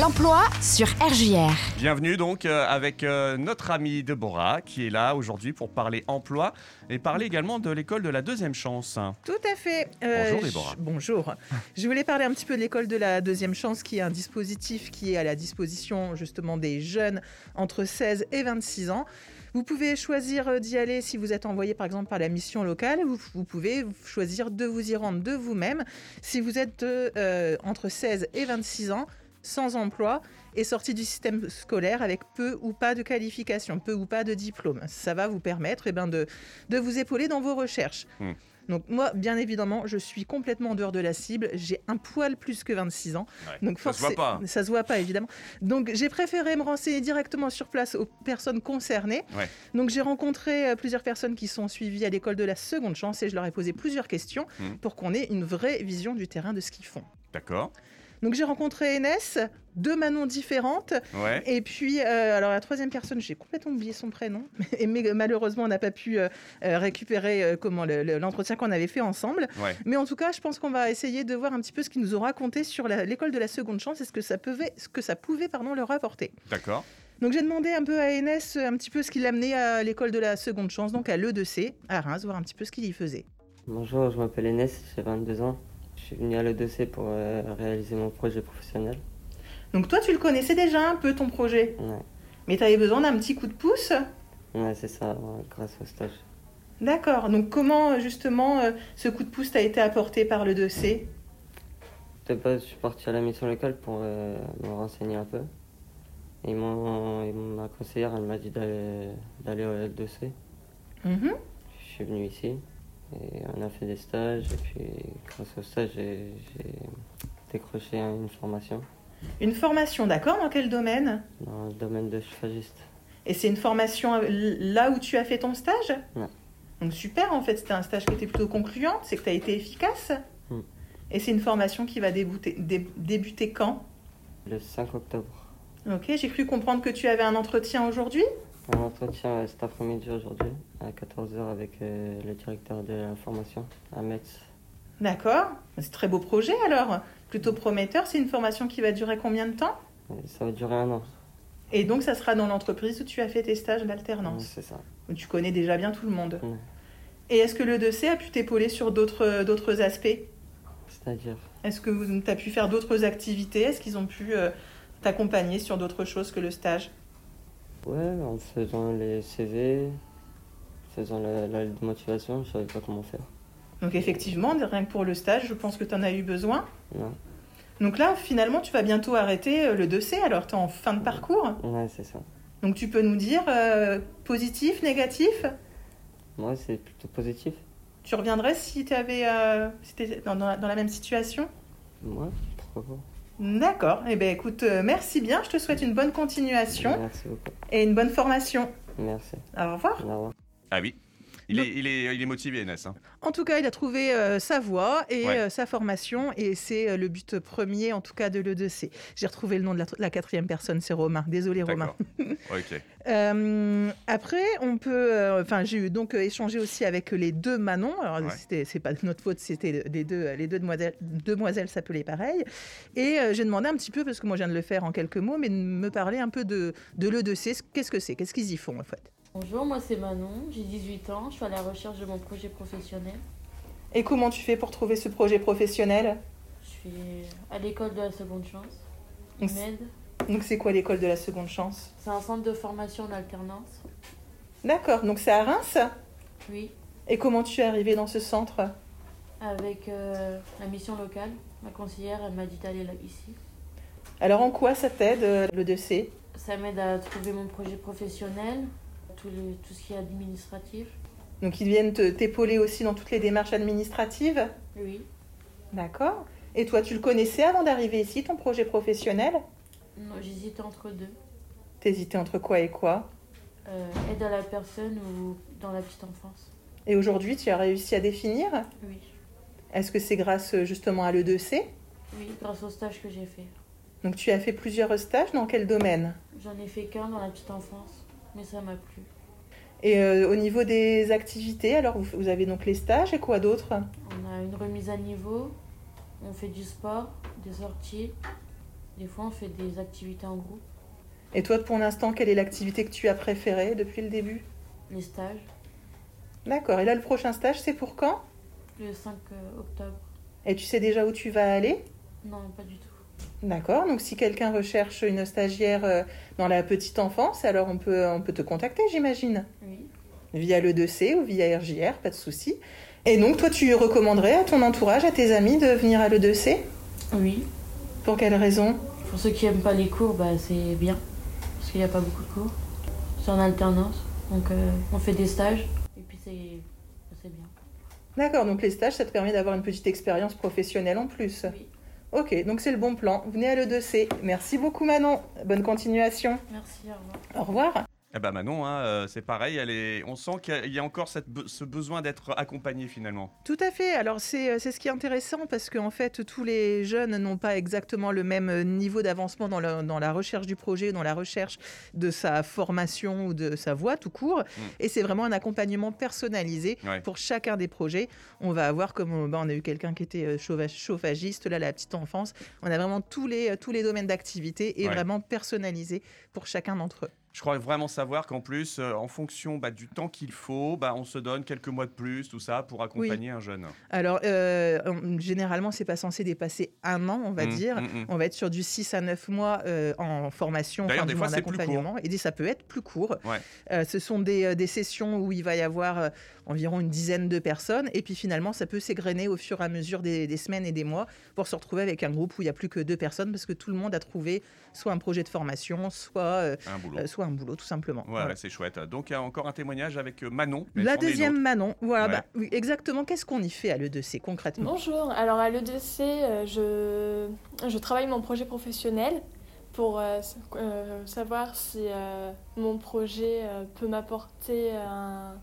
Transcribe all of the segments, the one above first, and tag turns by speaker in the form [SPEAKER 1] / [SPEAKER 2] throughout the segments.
[SPEAKER 1] l'emploi sur RJR.
[SPEAKER 2] Bienvenue donc euh, avec euh, notre amie Déborah qui est là aujourd'hui pour parler emploi et parler également de l'école de la deuxième chance.
[SPEAKER 3] Tout à fait. Euh,
[SPEAKER 2] Bonjour, Déborah.
[SPEAKER 3] je- bonjour. je voulais parler un petit peu de l'école de la deuxième chance, qui est un dispositif qui est à la disposition justement des jeunes entre 16 et 26 ans. Vous pouvez choisir euh, d'y aller si vous êtes envoyé par exemple par la mission locale. Vous, vous pouvez choisir de vous y rendre de vous-même. Si vous êtes euh, entre 16 et 26 ans, sans emploi et sorti du système scolaire avec peu ou pas de qualification, peu ou pas de diplôme. Ça va vous permettre eh ben, de, de vous épauler dans vos recherches.
[SPEAKER 2] Hmm.
[SPEAKER 3] Donc moi, bien évidemment, je suis complètement en dehors de la cible. J'ai un poil plus que 26 ans. Donc
[SPEAKER 2] ça se voit
[SPEAKER 3] forcé-
[SPEAKER 2] pas.
[SPEAKER 3] Ça se voit pas, évidemment. Donc j'ai préféré me renseigner directement sur place aux personnes concernées.
[SPEAKER 2] Ouais.
[SPEAKER 3] Donc j'ai rencontré euh, plusieurs personnes qui sont suivies à l'école de la seconde chance et je leur ai posé plusieurs questions
[SPEAKER 2] Mhm.
[SPEAKER 3] pour qu'on ait une vraie vision du terrain de ce qu'ils font.
[SPEAKER 2] D'accord.
[SPEAKER 3] Donc j'ai rencontré Enes, deux Manon différentes.
[SPEAKER 2] Ouais.
[SPEAKER 3] Et puis, euh, alors la troisième personne, j'ai complètement oublié son prénom, Et mais euh, malheureusement, on n'a pas pu euh, euh, récupérer euh, comment le- le- l'entretien qu'on avait fait ensemble.
[SPEAKER 2] Ouais.
[SPEAKER 3] Mais en tout cas, je pense qu'on va essayer de voir un petit peu ce qu'ils nous ont raconté sur la- l'école de la seconde chance et ce que ça pouvait, ce que ça pouvait pardon, leur apporter.
[SPEAKER 2] D'accord.
[SPEAKER 3] Donc j'ai demandé un peu à Enes euh, un petit peu ce qui l'amenait à l'école de la seconde chance, donc à l'E2C, à Reims, voir un petit peu ce qu'il y faisait.
[SPEAKER 4] Bonjour, je m'appelle Enes, j'ai 22 ans. Je suis venu à l'EDC pour euh, réaliser mon projet professionnel.
[SPEAKER 3] Donc toi, tu le connaissais déjà un peu, ton projet,
[SPEAKER 4] Ouais,
[SPEAKER 3] mais tu avais besoin d'un petit coup de pouce
[SPEAKER 4] Ouais, c'est ça, ouais, grâce au stage.
[SPEAKER 3] D'accord. Donc comment euh, justement euh, ce coup de pouce t'a été apporté par le 2C
[SPEAKER 4] De base, je suis parti à la mission locale pour euh, me renseigner un peu. Et mon, et mon- ma conseillère, elle m'a dit d'aller d'aller au L2C.
[SPEAKER 3] Mhm.
[SPEAKER 4] Je suis venu ici et on a fait des stages. Et puis, grâce au stage, j'ai j'ai décroché une formation
[SPEAKER 3] Une formation, d'accord, dans quel domaine
[SPEAKER 4] dans le domaine de chauffagiste.
[SPEAKER 3] Et c'est une formation euh, là où tu as fait ton stage
[SPEAKER 4] Ouais.
[SPEAKER 3] Donc super, en fait, c'était un stage qui était plutôt concluant, c'est que tu as été efficace.
[SPEAKER 4] Mm.
[SPEAKER 3] Et c'est une formation qui va débouter- dé- débuter quand
[SPEAKER 4] Le 5 octobre.
[SPEAKER 3] Ok, j'ai cru comprendre que tu avais un entretien aujourd'hui.
[SPEAKER 4] Un entretien euh, cet après-midi aujourd'hui à 14h avec euh, le directeur de la formation à Metz.
[SPEAKER 3] D'accord. C'est un très beau projet alors, plutôt prometteur. C'est une formation qui va durer combien de temps
[SPEAKER 4] Euh, Ça va durer un an.
[SPEAKER 3] Et donc ça sera dans l'entreprise où tu as fait tes stages
[SPEAKER 4] Ouais,
[SPEAKER 3] d'alternance.
[SPEAKER 4] C'est ça.
[SPEAKER 3] où tu connais déjà bien tout le monde.
[SPEAKER 4] Ouais.
[SPEAKER 3] Et est-ce que le 2C a pu t'épauler sur d'autres d'autres aspects
[SPEAKER 4] C'est-à-dire,
[SPEAKER 3] Est-ce que tu as pu faire d'autres activités Est-ce qu'ils ont pu euh, t'accompagner sur d'autres choses que le stage
[SPEAKER 4] ouais, en faisant les CV, faisant la, la lettre de motivation, je savais pas comment faire.
[SPEAKER 3] Donc effectivement, rien que pour le stage, je pense que tu en as eu besoin.
[SPEAKER 4] Non,
[SPEAKER 3] Donc là, finalement, tu vas bientôt arrêter euh, le 2C, alors tu es en fin de parcours.
[SPEAKER 4] ouais, c'est ça.
[SPEAKER 3] Donc tu peux nous dire euh, positif, négatif
[SPEAKER 4] Moi, c'est plutôt positif.
[SPEAKER 3] Tu reviendrais si tu avais si t'étais dans- dans la- dans la même situation
[SPEAKER 4] Moi, pourquoi
[SPEAKER 3] D'accord. Eh bien écoute, euh, merci bien. Je te souhaite une bonne
[SPEAKER 4] pas.
[SPEAKER 3] continuation
[SPEAKER 4] Merci beaucoup.
[SPEAKER 3] et une bonne formation.
[SPEAKER 4] Merci.
[SPEAKER 3] Au revoir.
[SPEAKER 4] Au revoir.
[SPEAKER 2] Ah oui. Il
[SPEAKER 3] Non.
[SPEAKER 2] est, il, est, il est motivé, Ness. hein.
[SPEAKER 3] En tout cas, il a trouvé euh, sa voie et
[SPEAKER 2] Ouais.
[SPEAKER 3] euh, sa formation, et c'est euh, le but premier, en tout cas, de l'E2C. J'ai retrouvé le nom de la, la quatrième personne, c'est Romain. Désolé, Romain.
[SPEAKER 2] D'accord. ok.
[SPEAKER 3] Euh, après, on peut. euh, Enfin, j'ai eu donc euh, échangé aussi avec les deux Manon. Alors,
[SPEAKER 2] Ouais.
[SPEAKER 3] c'était- c'est pas de notre faute, c'était les deux, les deux demoiselles, demoiselles s'appelaient pareil. Et euh, j'ai demandé un petit peu, parce que moi, je viens de le faire en quelques mots, mais de me parler un peu de, de l'E2C. Qu'est-ce que c'est Qu'est-ce qu'ils y font, en fait
[SPEAKER 5] Bonjour, moi c'est Manon, j'ai 18 ans, je suis à la recherche de mon projet professionnel.
[SPEAKER 3] Et comment tu fais pour trouver ce projet professionnel
[SPEAKER 5] Je suis à l'école de la seconde chance, IMED.
[SPEAKER 3] Donc, c'est quoi l'école de la seconde chance
[SPEAKER 5] C'est un centre de formation en alternance.
[SPEAKER 3] D'accord, donc c'est à Reims
[SPEAKER 5] Oui,
[SPEAKER 3] Et comment tu es arrivé dans ce centre
[SPEAKER 5] avec euh, la mission locale. Ma conseillère, elle m'a dit d'aller là, ici.
[SPEAKER 3] Alors en quoi ça t'aide euh, le 2C
[SPEAKER 5] Ça m'aide à trouver mon projet professionnel, tout, le- tout ce qui est administratif.
[SPEAKER 3] Donc ils viennent te- t'épauler aussi dans toutes les démarches administratives
[SPEAKER 5] Oui,
[SPEAKER 3] D'accord. Et toi, tu le connaissais avant d'arriver ici, ton projet professionnel
[SPEAKER 5] Non, j'hésite entre deux.
[SPEAKER 3] T'hésitais entre quoi et quoi
[SPEAKER 5] Euh, aide à la personne ou dans la petite enfance.
[SPEAKER 3] Et aujourd'hui, tu as réussi à définir
[SPEAKER 5] Oui,
[SPEAKER 3] Est-ce que c'est grâce euh, justement à l'E2C
[SPEAKER 5] oui, grâce au stage que j'ai fait.
[SPEAKER 3] Donc tu as fait plusieurs stages, dans quel domaine
[SPEAKER 5] J'en ai fait qu'un dans la petite enfance, mais ça m'a plu.
[SPEAKER 3] Et euh, au niveau des activités, alors vous, vous avez donc les stages et quoi d'autre
[SPEAKER 5] On a une remise à niveau, on fait du sport, des sorties, Des fois, on fait des activités en groupe,
[SPEAKER 3] Et toi, pour l'instant, quelle est l'activité que tu as préférée depuis le début
[SPEAKER 5] les stages,
[SPEAKER 3] D'accord. Et là, le prochain stage, c'est pour quand
[SPEAKER 5] le 5 euh, octobre.
[SPEAKER 3] Et tu sais déjà où tu vas aller
[SPEAKER 5] Non, pas du tout.
[SPEAKER 3] D'accord. Donc, si quelqu'un recherche une stagiaire euh, dans la petite enfance, alors on peut, on peut te contacter, j'imagine.
[SPEAKER 5] Oui.
[SPEAKER 3] Via le 2C ou via RJR, pas de souci. Et donc, toi, tu recommanderais à ton entourage, à tes amis de venir à l'E2C
[SPEAKER 5] Oui.
[SPEAKER 3] Pour quelle raison
[SPEAKER 5] Pour ceux qui aiment pas les cours, bah, c'est bien. Parce qu'il n'y a pas beaucoup de cours. C'est en alternance. Donc euh, on fait des stages. Et puis c'est c'est bien.
[SPEAKER 3] D'accord, donc les stages, ça te permet d'avoir une petite expérience professionnelle en plus.
[SPEAKER 5] Oui.
[SPEAKER 3] Ok, donc c'est le bon plan. Venez à l'E2C. Merci beaucoup Manon. Bonne continuation.
[SPEAKER 5] Merci, au revoir.
[SPEAKER 3] Au revoir.
[SPEAKER 2] Eh ben Manon, hein, euh, c'est pareil, elle est... on sent qu'il y a- il y a encore cette be- ce besoin d'être accompagné finalement.
[SPEAKER 3] Tout à fait. Alors c'est euh, c'est ce qui est intéressant parce qu'en fait tous les jeunes n'ont pas exactement le même euh, niveau d'avancement dans, leur- dans la recherche du projet, dans la recherche de sa formation ou de sa voie tout court.
[SPEAKER 2] Mm.
[SPEAKER 3] Et c'est vraiment un accompagnement personnalisé
[SPEAKER 2] Ouais.
[SPEAKER 3] pour chacun des projets. On va avoir comme euh, bah, on a eu quelqu'un qui était euh, chauva- chauffagiste là la petite enfance. On a vraiment tous les euh, tous les domaines d'activité et
[SPEAKER 2] Ouais.
[SPEAKER 3] vraiment personnalisé pour chacun d'entre eux.
[SPEAKER 2] Je crois vraiment savoir qu'en plus, euh, en fonction bah, du temps qu'il faut, bah, on se donne quelques mois de plus, tout ça, pour accompagner un jeune.
[SPEAKER 3] Alors euh, on- généralement c'est pas censé dépasser un an on va
[SPEAKER 2] Mm,
[SPEAKER 3] dire.
[SPEAKER 2] mm, mm.
[SPEAKER 3] On va être sur du 6 à 9 mois euh, en formation,
[SPEAKER 2] D'ailleurs,
[SPEAKER 3] enfin,
[SPEAKER 2] des
[SPEAKER 3] du
[SPEAKER 2] fois,
[SPEAKER 3] moins,
[SPEAKER 2] c'est plus
[SPEAKER 3] d'accompagnement. Et dit, ça peut être plus court.
[SPEAKER 2] Ouais.
[SPEAKER 3] Euh, ce sont des, euh, des sessions où il va y avoir euh, environ une dizaine de personnes. Et puis finalement, ça peut s'égrener au fur et à mesure des, des semaines et des mois pour se retrouver avec un groupe où il n'y a plus que deux personnes parce que tout le monde a trouvé soit un projet de formation, soit, euh,
[SPEAKER 2] Un boulot.
[SPEAKER 3] euh, soit un boulot, tout simplement.
[SPEAKER 2] Ouais, ouais, c'est chouette. Donc, il y a encore un témoignage avec euh, Manon. mais
[SPEAKER 3] La
[SPEAKER 2] c'en est
[SPEAKER 3] deuxième,
[SPEAKER 2] d'autres.
[SPEAKER 3] Manon. Voilà,
[SPEAKER 2] Ouais.
[SPEAKER 3] bah, oui, exactement. Qu'est-ce qu'on y fait à l'E2C concrètement
[SPEAKER 6] Bonjour, alors à l'EDC, euh, je, je travaille mon projet professionnel pour euh, s- euh, savoir si euh, mon projet euh, peut m'apporter un,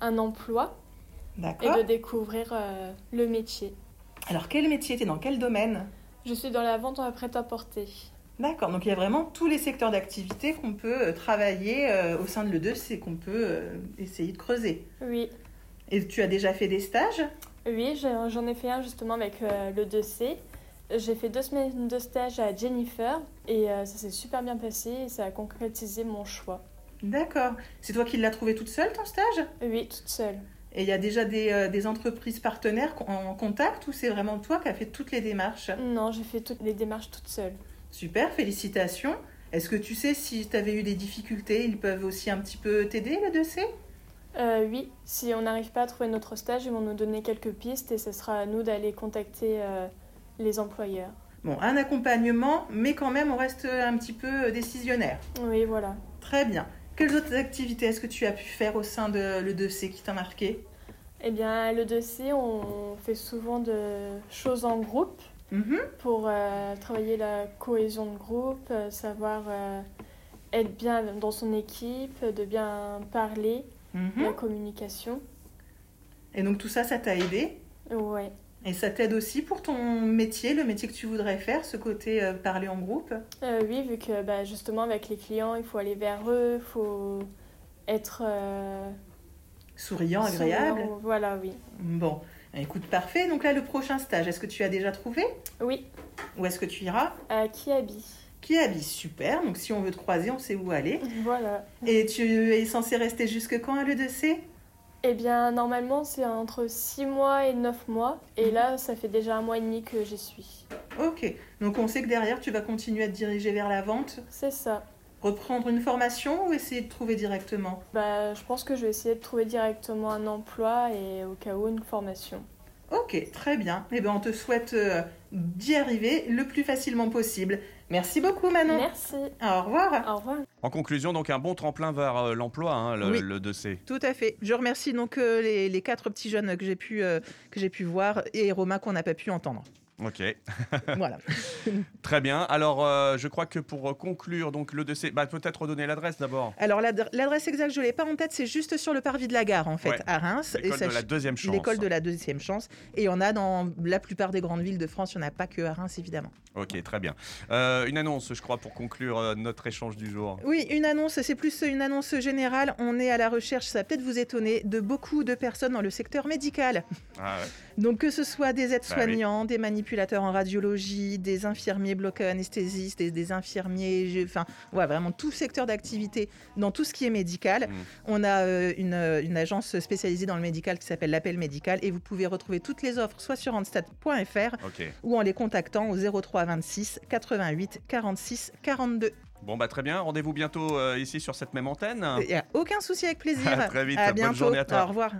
[SPEAKER 6] un emploi et
[SPEAKER 3] D'accord.
[SPEAKER 6] de découvrir euh, le métier.
[SPEAKER 3] Alors, quel métier T'es dans quel domaine
[SPEAKER 6] Je suis dans la vente à prêt-à-porter.
[SPEAKER 3] D'accord, donc il y a vraiment tous les secteurs d'activité qu'on peut euh, travailler euh, au sein de l'E2, c'est qu'on peut euh, essayer de creuser.
[SPEAKER 6] Oui,
[SPEAKER 3] Et tu as déjà fait des stages
[SPEAKER 6] oui j'en j'en ai fait un justement avec euh, l'EDC. J'ai fait deux semaines de stage à Jennifer et euh, ça s'est super bien passé et ça a concrétisé mon choix.
[SPEAKER 3] D'accord. C'est toi qui l'as trouvé toute seule ton stage
[SPEAKER 6] Oui, toute seule.
[SPEAKER 3] Et il y a déjà des, euh, des entreprises partenaires con- en contact ou c'est vraiment toi qui as fait toutes les démarches
[SPEAKER 6] Non, j'ai fait toutes les démarches toute seule.
[SPEAKER 3] Super, félicitations. Est-ce que tu sais si tu avais eu des difficultés, ils peuvent aussi un petit peu t'aider l'E2C
[SPEAKER 6] Euh, oui, si on n'arrive pas à trouver notre stage, ils vont nous donner quelques pistes et ce sera à nous d'aller contacter euh, les employeurs.
[SPEAKER 3] Bon, un accompagnement, mais quand même on reste un petit peu euh, décisionnaire.
[SPEAKER 6] Oui, voilà.
[SPEAKER 3] Très bien. Quelles autres activités est-ce que tu as pu faire au sein de l'E2C qui t'a marqué
[SPEAKER 6] Eh bien, à l'E2C, on fait souvent de choses en groupe
[SPEAKER 3] Mhm.
[SPEAKER 6] pour euh, travailler la cohésion de groupe, euh, savoir euh, être bien dans son équipe, de bien parler,
[SPEAKER 3] Mhm.
[SPEAKER 6] la communication.
[SPEAKER 3] Et donc tout ça, ça t'a aidé
[SPEAKER 6] Ouais.
[SPEAKER 3] et ça t'aide aussi pour ton métier, le métier que tu voudrais faire, ce côté euh, parler en groupe.
[SPEAKER 6] Euh, oui, vu que bah, justement avec les clients, il faut aller vers eux, il faut être euh,
[SPEAKER 3] Souriant, agréable.
[SPEAKER 6] souriant. Voilà, oui.
[SPEAKER 3] Bon, écoute, parfait. Donc là, le prochain stage, est-ce que tu as déjà trouvé
[SPEAKER 6] Oui,
[SPEAKER 3] Où est-ce que tu iras
[SPEAKER 6] à Kiabi.
[SPEAKER 3] Qui habille Super. Donc si on veut te croiser, on sait où aller.
[SPEAKER 6] Voilà.
[SPEAKER 3] Et tu es censé rester jusque quand à l'E2C
[SPEAKER 6] Eh bien, normalement, c'est entre 6 mois et 9 mois. Et là, ça fait déjà un mois et demi que j'y suis.
[SPEAKER 3] Ok. Donc on sait que derrière, tu vas continuer à te diriger vers la vente,
[SPEAKER 6] C'est ça.
[SPEAKER 3] reprendre une formation ou essayer de trouver directement
[SPEAKER 6] Bah, je pense que je vais essayer de trouver directement un emploi et au cas où une formation.
[SPEAKER 3] Ok, très bien. Eh bien, on te souhaite euh, d'y arriver le plus facilement possible. Merci beaucoup, Manon.
[SPEAKER 6] Merci.
[SPEAKER 3] Au revoir.
[SPEAKER 6] Au revoir.
[SPEAKER 2] En conclusion, donc un bon tremplin vers euh, l'emploi, hein, le,
[SPEAKER 3] Oui.
[SPEAKER 2] le 2C.
[SPEAKER 3] Tout à fait. Je remercie donc euh, les, les quatre petits jeunes que j'ai pu, euh, que j'ai pu voir et Romain qu'on n'a pas pu entendre.
[SPEAKER 2] Ok.
[SPEAKER 3] voilà.
[SPEAKER 2] Très bien. Alors, euh, je crois que pour euh, conclure, donc le 2C, bah, peut-être redonner l'adresse d'abord.
[SPEAKER 3] Alors, l'ad- l'adresse exacte, je ne l'ai pas en tête, c'est juste sur le parvis de la gare, en fait,
[SPEAKER 2] Ouais.
[SPEAKER 3] à Reims. Et
[SPEAKER 2] L'école de
[SPEAKER 3] sach-
[SPEAKER 2] la deuxième chance.
[SPEAKER 3] L'école de la deuxième chance. Et il y en a dans la plupart des grandes villes de France. Il n'y en a pas que à Reims, évidemment.
[SPEAKER 2] Ok, très bien. Euh, une annonce, je crois, pour conclure euh, notre échange du jour.
[SPEAKER 3] Oui, une annonce, c'est plus une annonce générale. On est à la recherche, ça va peut-être vous étonner, de beaucoup de personnes dans le secteur médical.
[SPEAKER 2] Ah, ouais.
[SPEAKER 3] Donc que ce soit des aides-soignants, des manipulateurs en radiologie, des infirmiers bloqueurs anesthésistes, des, des infirmiers, j'ai- enfin, ouais, vraiment tout secteur d'activité dans tout ce qui est médical.
[SPEAKER 2] Mm.
[SPEAKER 3] On a euh, une, euh, une agence spécialisée dans le médical qui s'appelle l'Appel Médical et vous pouvez retrouver toutes les offres soit sur randstad.fr
[SPEAKER 2] Ok.
[SPEAKER 3] ou en les contactant au 03 26 88 46 42.
[SPEAKER 2] Bon, bah très bien. Rendez-vous bientôt euh, ici sur cette même antenne.
[SPEAKER 3] Il n'y a aucun souci avec plaisir.
[SPEAKER 2] À très vite.
[SPEAKER 3] À
[SPEAKER 2] Bonne
[SPEAKER 3] bientôt.
[SPEAKER 2] journée à toi.
[SPEAKER 3] Au revoir.